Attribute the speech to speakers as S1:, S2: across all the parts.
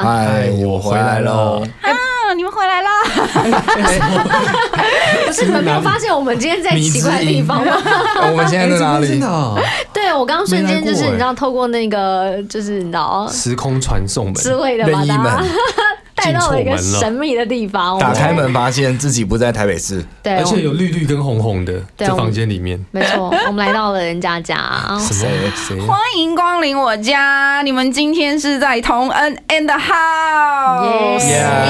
S1: 嗨，哎我回来喽！
S2: 啊，嗯你们回来啦！
S3: 不是你们没有发现我们今天在奇怪的地方吗？
S1: 我们现在在哪
S4: 哎这边真
S1: 里
S4: 的？哦
S3: 对我刚刚瞬间就是
S4: 没来过哎
S3: 你知道，透过那个就是你知道
S4: 时空传送门，
S3: 之类的吧，
S1: 任意
S3: 大
S1: 门
S3: 家带到了一个
S4: 进错门了
S3: 神秘的地方，我
S1: 打开
S3: 们
S1: 门，发现自己不在台北市，
S3: 对，
S4: 而
S3: 我
S4: 且有绿绿跟红红的，
S3: 对
S4: 在房间里面，
S3: 没错，我们来到了人 家家，
S2: 哦
S4: 什么谁？
S2: 欢迎光临我家，你们今天是在同恩 and house。耶
S1: 哎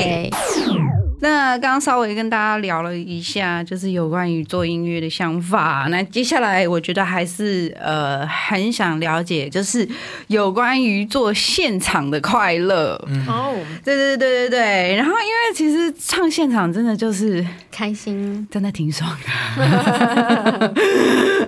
S3: 耶，
S2: 那刚刚稍微跟大家聊了一下，就是有关于做音乐的想法。那接下来我觉得还是呃很想了解，就是有关于做现场的快乐。
S3: 哦，
S2: 对对对对对。然后因为其实唱现场真的就是
S3: 开心。
S2: 真的挺爽 的。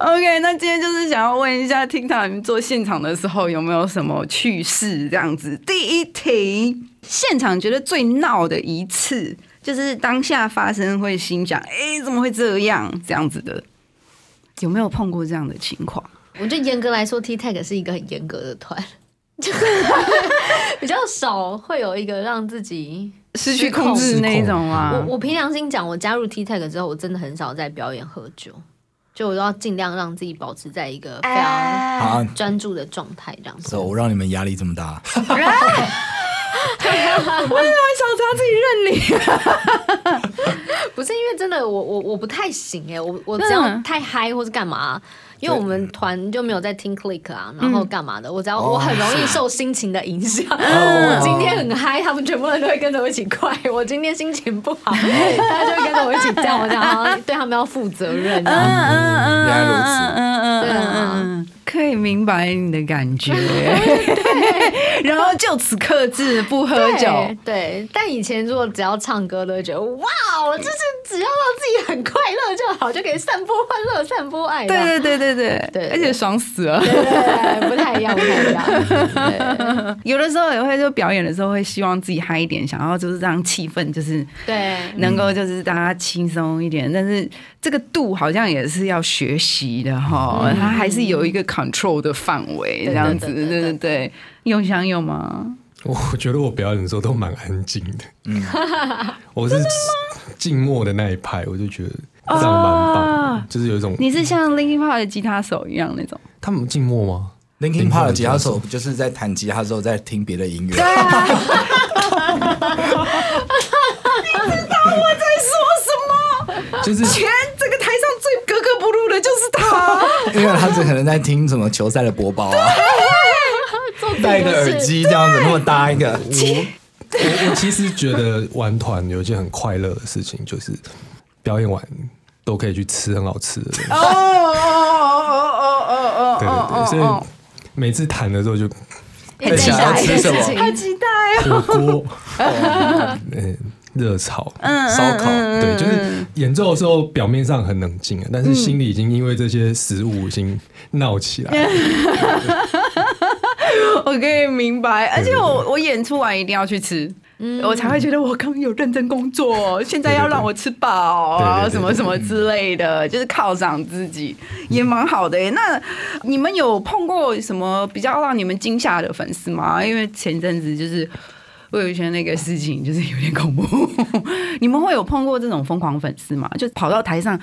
S2: OK，那今天就是想要问一下，听到你们做现场的时候有没有什么趣事？这样子，第一题，现场觉得最闹的一次，就是当下发生会心想，哎、怎么会这样？这样子的，有没有碰过这样的情况？
S3: 我觉得严格来说，T Tag 是一个很严格的团， 比较少会有一个让自己。
S2: 失去控制那一种啊吗？
S3: 我我凭良心讲，我加入 T Tag 之后，我真的很少在表演喝酒，就我都要尽量让自己保持在一个非常
S1: 好，
S3: 专注的状态，这样子。
S1: 走，让你们压力这么大。
S2: 为什么小查自己认领？
S3: 不是因为真的我，我我不太行哎、我我只要
S2: 嗯
S3: 太嗨或是干嘛、因为我们团就没有在听 click 啊，然
S2: 嗯
S3: 后干嘛的，我只要、
S2: 哦
S3: 我很容
S2: 啊
S3: 易受心情的影 响。我今天很嗨，他们全部人都会跟着我一起快； 我今天心情不好，大家就会跟着我一起这样，我这样好像对他们要负责任、啊。
S1: 原来如此，
S2: 嗯
S3: 对啊
S2: 嗯，可以明白你的感 觉，然后就此克制不喝酒。
S3: 对对，但以前如果只要唱歌都会觉得哇，我就是只要让自己很快乐就好，就可以散播欢乐、散播爱这样。
S2: 对对对对
S3: 对
S2: 而且爽死了。
S3: 对，不太一样，不太一样。
S2: 有的时候也会就表演的时候会希望自己嗨一点，想要就是让气氛就是
S3: 对，
S2: 能够就是大家轻松一点，但是这个度好像也是要学习的哈，它还是有一个 control 的范围这样子，
S3: 嗯对对
S2: 对
S3: 对
S2: 对
S3: 对
S2: 对。永祥有吗？
S4: 我觉得我表演的时候都蛮安静的， 我是静默的那一派，我就觉得这样蛮棒
S2: 啊
S4: 的，就是有一种
S2: 你是像 Linkin Park 的吉他手一样那种？
S4: 他们静默吗？
S1: Linkin Park 的吉他手不就是在弹吉他之后在听别的音乐？
S2: 啊！你知道我在说什么？
S4: 就是
S2: 全这个台上最格格不入的就是他。
S1: 因为他只可能在听什么球赛的播报啊，戴一个耳机这样子，那么搭一个，
S4: 我我其实觉得玩团有一件很快乐的事情，就是表演完都可以去吃很好吃的东西。
S2: 哦哦哦哦哦
S4: 对对对，所以每次弹的时候就
S3: 也
S1: 想要吃什么
S2: 好期待哦！
S4: 火锅， 嗯，热炒，
S1: 烧烤，
S4: 对，嗯就是演奏的时候表面上很冷静啊，但是心里已经因为这些食物已经闹起来了。
S2: 我可以明白，而且我我演出完一定要去吃。我才会觉得我刚有认真工 作，现在要让我吃饱啊，
S4: 对对对对嗯
S2: 什么什么之类的，就是犒赏自己也蛮好的、欸。那你们有碰过什么比较让你们惊吓的粉丝吗？因为前阵子就是魏如萱那个事情，就是有点恐怖。 你们会有碰过这种疯狂粉丝吗？就跑到台上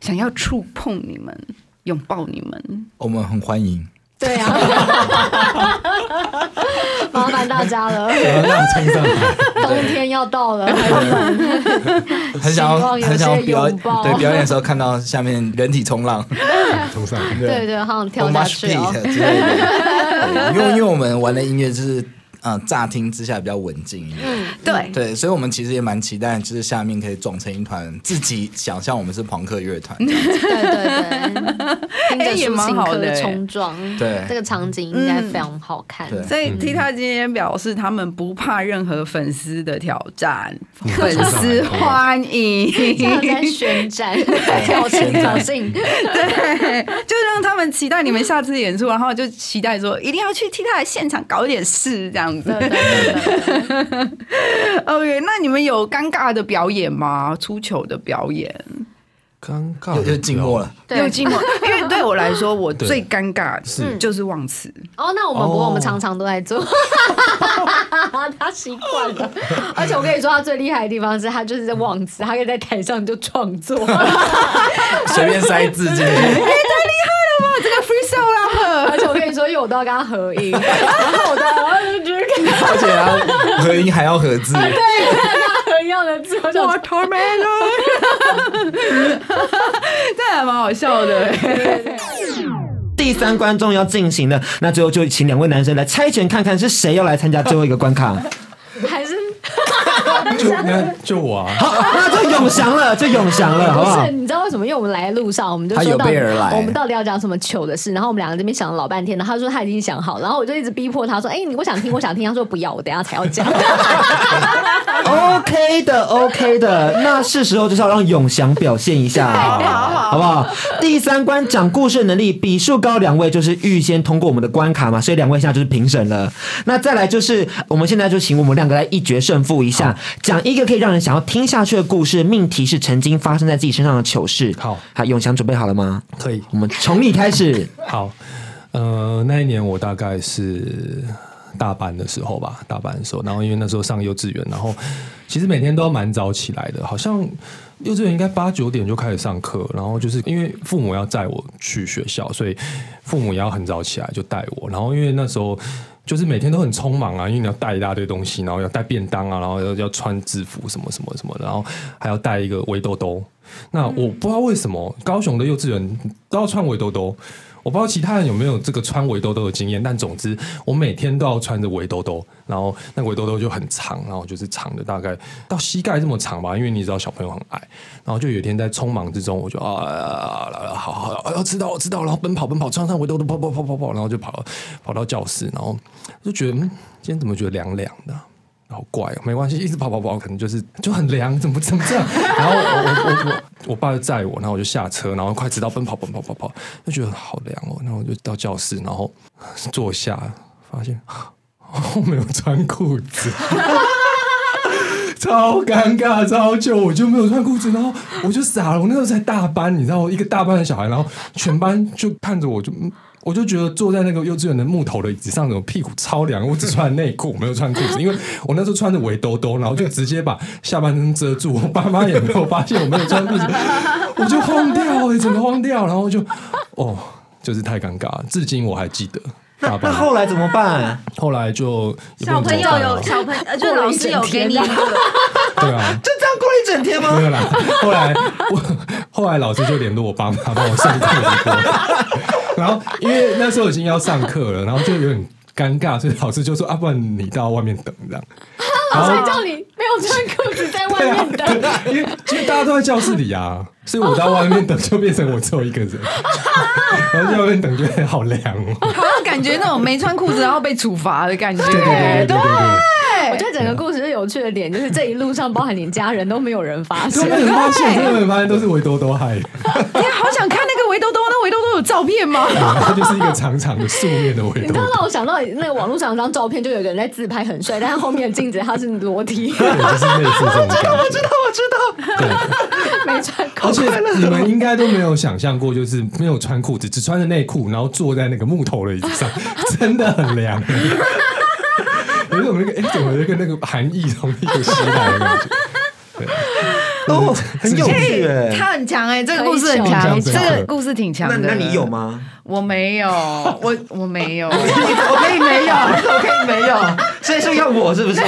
S2: 想要触碰你们、拥抱你们？
S1: 我们很欢迎。
S3: 对啊， 麻烦大家了，
S4: 然后让冲上来，
S3: 冬天要到了，
S1: 很想要
S3: 希望有
S1: 很想要
S3: 些
S1: 表
S3: 拥抱
S1: 对表演的时候看到下面人体冲浪，
S4: 冲上来，
S3: 对对，好想跳下去哦
S1: Mosh。pit 之类的。对因为因为我们玩的音乐就是啊、呃乍听之下比较文静一
S3: 嗯
S1: 点，
S2: 对，
S1: 对，所以我们其实也蛮期待，就是下面可以撞成一团，自己想象我们是朋克乐团，
S3: 对对对，听着
S2: 哎也
S3: 抒
S2: 蛮
S3: 情
S2: 好
S3: 歌
S2: 的
S3: 的
S2: 哎
S3: 冲撞，
S1: 对嗯
S3: 这个场景应该非常好看。
S1: 对
S2: 所以
S4: 嗯
S2: Tita 今天表示，他们不怕任何粉丝的挑战，
S4: 嗯
S2: 粉丝欢 迎，
S3: 这样在宣 战、挑衅、挑衅，
S2: 就让他们期待你们下次演出，然后就期待说一定要去 Tita 的现场搞点事这样子
S3: 对。对对对
S2: OK，那你们有尴尬的表演吗？出糗的表演？
S4: 尴尬
S3: 嗯
S1: 又又静默了。
S3: 对
S2: 又寂寞，因为对我来说，我
S4: 对
S2: 最尴尬
S4: 是
S2: 就是忘词。
S3: 哦，那我们不过
S4: 哦
S3: 我们常常都在做， 他习惯了。而且我跟你说，他最厉害的地方是他就是在忘词，他可以在台上就创作。
S1: 随便塞字进去，
S2: 这个 freestyle
S3: 而且我跟你说，因为我都要跟他合 影，然后我都要，我就觉得跟他
S1: 而且还要合音还要 合字，
S3: 合一样的字，我想
S2: rapper，我
S3: 说
S2: tormento，这还蛮好笑的、
S5: 第三关终于要进行了，那最后就请两位男生来猜拳，看看是谁要来参加最后一个关 卡。
S3: 还是
S4: 就那就我啊，
S5: 好，那就永祥了，就永祥了，好不
S3: 不
S5: 好
S3: 是，？你知道为什么？因为我们来的路上，我们就
S1: 啊他
S3: 说
S1: 有
S3: 到底
S1: 备而来
S3: 我们到底要讲什么糗的事，然后我们两个这边想了老半天，然后他说他已经想好，然后我就一直逼迫他说：“哎、你我想听，我想听。”他 说：“不要，我等一下才要讲。
S5: OK 的，OK 的，那是时候就是要让永祥表现一下，好好不好？第三关讲故事的能力比数高，两位就是预先通过我们的关卡嘛，所以两位现在就是评审了。那再来就是我们现在就请我们两个来一决胜负一下，讲一个可以让人想要听下去的故事，命题是曾经发生在自己身上的糗事。
S4: 好
S5: 好，永祥准备好了吗？
S4: 可以。
S5: 我们从你开始，
S4: 好，呃，那一年我大概是大班的时候吧，大班的时候，然后因为那时候上幼稚园，然后其实每天都要蛮早起来的，好像幼稚园应该八九点就开始上课，然后就是因为父母要载我去学校，所以父母也要很早起来就带我，然后因为那时候。就是每天都很匆忙啊，因为你要带一大堆东西，然后要带便当啊，然后要要穿制服什么什么什么的，然后还要带一个围兜兜。那我不知道为什么高雄的幼稚园都要穿围兜兜，我不知道其他人有没有这个穿围兜兜的经验，但总之我每天都要穿着围兜兜，然后那个围兜兜就很长，然后就是长的大概到膝盖这么长吧，因为你知道小朋友很矮，然后就有一天在匆忙之中，我就啊啊，好好好，要知道我知道，然后奔跑奔跑，穿上围兜兜，跑跑跑跑跑，然后就跑跑到教室，然后就觉得嗯，今天怎么觉得凉凉的、好怪、哦，没关系，一直跑跑跑，可能就是就很凉，怎么怎么这样？然后我我我我我爸就载我，然后我就下车，然后快直到奔跑奔跑跑跑，就觉得好凉哦。然后我就到教室，然后坐下，发现我没有穿裤子。 超尴尬，超糗，我就没有穿裤子，然后我就傻了。我那时候才大班，你知道，我一个大班的小孩，然后全班就看着我就，嗯我就觉得坐在那个幼稚园的木头的椅子上，我屁股超凉，我只穿内裤，没有穿裤子，因为我那时候穿着围兜兜，然后就直接把下半身遮住，我爸妈也没有发现我没有穿裤子， 我就慌掉，欸我整个慌掉，然后就哦，就是太尴尬了，至今我还记得。大
S5: 那
S4: 班
S5: 后来怎么办？
S4: 后来就也不
S2: 小
S4: 能
S2: 朋
S4: 怎么办
S2: 友
S4: 啊
S2: 有小朋友，呃就老师有 给你一个，
S4: 对啊，
S5: 就这样过了一整天吗
S4: 没？有啦，后来 我后来老师就联络我爸妈帮我上课直播， 然后因为那时候已经要上课了，然后就有点尴尬，所以老师就说啊，不然你到外面等这样。然
S3: 所
S4: 后
S3: 以叫你没有穿裤子在外
S4: 对啊
S3: 面 等。，
S4: 因为因为大家都在教室里啊，所以我到外面等就变成我只有一个 人，然后在外面等觉得好凉哦。
S2: 好像感觉那种没穿裤子然后被处罚的感觉。
S4: 对对对对对。
S3: 我觉得整个故事有趣的点就是这一路上，包含连家人都没有人发
S4: 都
S3: 现
S4: 没。有人发现，真的没有人发现，都是围兜兜害的，
S2: 哎，好想看那个围兜兜，那围兜兜有照片吗？
S4: 它就是一个长长的素面的围
S3: 你知
S4: 兜
S3: 道
S4: 兜。
S3: 让我想到那个网络上有张照片，就有一个人在自拍很帅，但是后面的镜子他是裸体
S4: 对，就是类似这种感觉。我知道，我知道。对，
S3: 没穿裤
S4: 而
S2: 哦
S3: 子
S4: 且。你们应该都没有想象过，就是没有穿裤子，只穿着内裤，然后坐在那个木头的椅子上，真的很凉。有一种那个，哎、怎么有一个那个寒意从屁股袭来的感觉？
S5: 哦，很有趣哎、
S2: 他很强哎，这个
S3: 可以
S2: 故事很
S3: 讲
S2: 强，
S4: 这
S2: 这
S4: 样子
S2: 个故事挺强
S5: 那
S2: 的。
S5: 那你有？吗？
S2: 我没有，我我没有。
S5: 我可以没有，我可以没有，
S2: 啊
S5: 所以说要我是不是？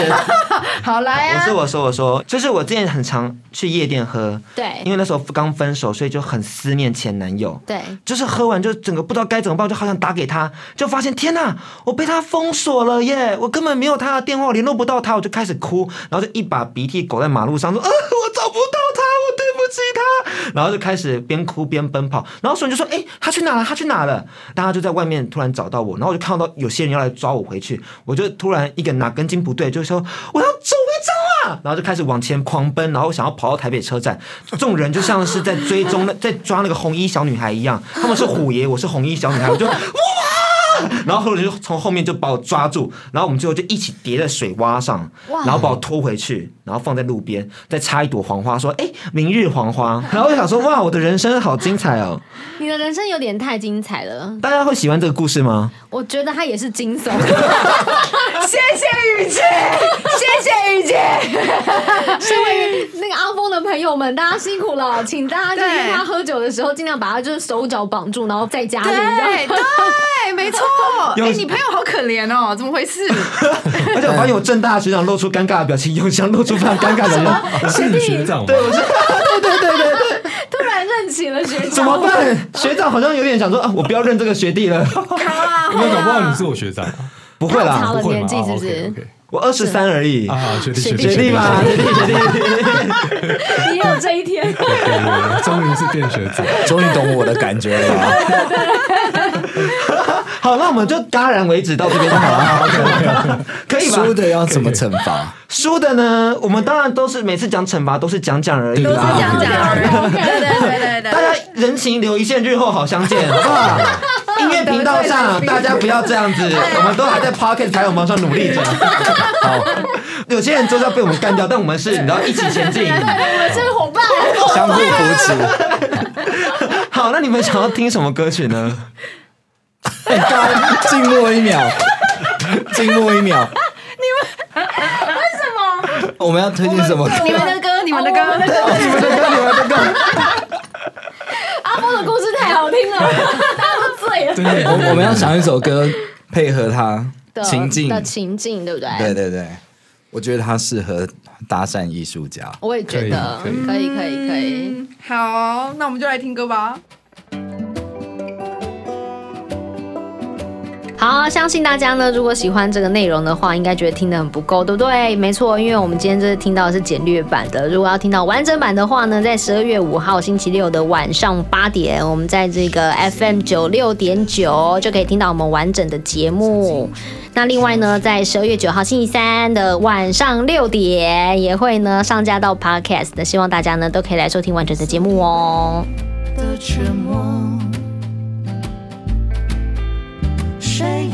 S2: 好来
S5: 我
S2: 啊
S5: 说，我说我说，就是我之前很常去夜店喝，
S3: 对
S5: 因为那时候刚分手，所以就很思念前男友，
S3: 对
S5: 就是喝完就整个不知道该怎么办，我就好想打给他，就发现天呐，我被他封锁了耶！我根本没有他的电话，我联络不到他，我就开始哭，然后就一把鼻涕狗在马路上说：“啊，我找不到他，我对不起他。”然后就开始边哭边奔跑，然后所以就说：“哎，他去哪了？他去哪了？”大家就在外面突然找到我，然后我就看到有些人要来抓我回去，我就突然一个哪根筋不对，就说：“我要走回彰啊化！”然后就开始往前狂奔，然后想要跑到台北车站，众人就像是在追踪那在抓那个红衣小女孩一样，他们是虎爷，我是红衣小女孩，我就哇！然后后来就从后面就把我抓住，然后我们最后就一起叠在水洼上，
S3: 哇
S5: 然后把我拖回去，然后放在路边，再插一朵黄花，说：“哎，明日黄花。”然后我想说：“哇，我的人生好精彩哦！
S3: 你的人生有点太精彩 了，
S5: 大家会喜欢这个故事吗？”
S3: 我觉得他也是惊悚。
S2: 谢谢 雨姐，谢谢雨姐。
S3: 身为那个阿峰的朋友们，大家辛苦了，请大家就是
S2: 对
S3: 跟他喝酒的时候，尽量把他就是手脚绑住，然后在家里这
S2: 对
S3: 样。
S2: 对，没错。哎、
S5: 有
S2: 你朋友好可怜哦，怎么回 事？
S5: 而且我发现我正大学长露出尴尬的表情，永祥露出非常尴尬的表
S4: 我是你学长吗？
S5: 对，我是对对对对对。
S3: 突然认起了学
S5: 怎么
S3: 长，
S5: 办？ 学长好像有点想说啊，我不要认这个学弟了。
S4: 你们搞不好你是我学长啊，
S5: 不会
S3: 太好
S5: 啦
S3: 了，
S4: 不会
S3: 年
S4: 吗？
S3: 纪
S4: 啊
S3: 是不
S4: OK，OK
S3: 是
S5: 我二十三而已。
S4: 啊，学弟学弟
S5: 学弟嘛，学弟学弟，
S2: 啊
S3: 你有这一天。
S4: 对对对终于是变学长。
S1: 终于懂我的感觉了啊吧？
S5: 好，那我们就戛然为止到这边就好 了，可以吧？
S1: 输的要怎么惩罚？
S5: 输的呢，我们当然都是每次讲惩罚都是讲讲而已
S2: 都是
S5: 啦，
S2: 讲讲而已。对对对对
S5: 大
S2: 对。
S5: 家人情留一线，日后好相 见，好不好？音乐频道上，大家不要这样子，我们都还在 Pocket 排行榜上努力着。好，有些人就是要被我们干掉，但我们是你知道一起前进。
S3: 我们是伙伴，
S1: 相互扶持。
S5: 好，那你们想要听什么歌曲呢？
S1: 哎，刚刚静默一秒，静默一秒。你们为什么？我们要推荐什么？
S2: 你们的歌，你们的
S3: 哦
S2: 歌，
S5: 你们的歌，你 们的歌。
S3: 阿峰的故事太好 听了，大家都醉了。
S4: 真的，
S1: 我我们要想一首歌配合它
S3: 的
S1: 情境。
S3: 的情境，对不对？
S1: 对对对，我觉得它适合搭讪艺术家。
S3: 我也觉得嗯
S4: 可以
S3: 可以可以可以。
S2: 嗯好，那我们就来听歌吧。
S3: 好，相信大家呢，如果喜欢这个内容的话，应该觉得听得很不够，对不对？没错，因为我们今天这听到的是简略版的，如果要听到完整版的话呢，在十二月五号星期六的晚上八点，我们在这个 FM 九六点九就可以听到我们完整的节目。那另外呢，在十二月九号星期三的晚上六点，也会呢上架到 Podcast 的，希望大家呢都可以来收听完整的节目哦。
S6: 的沉默，谁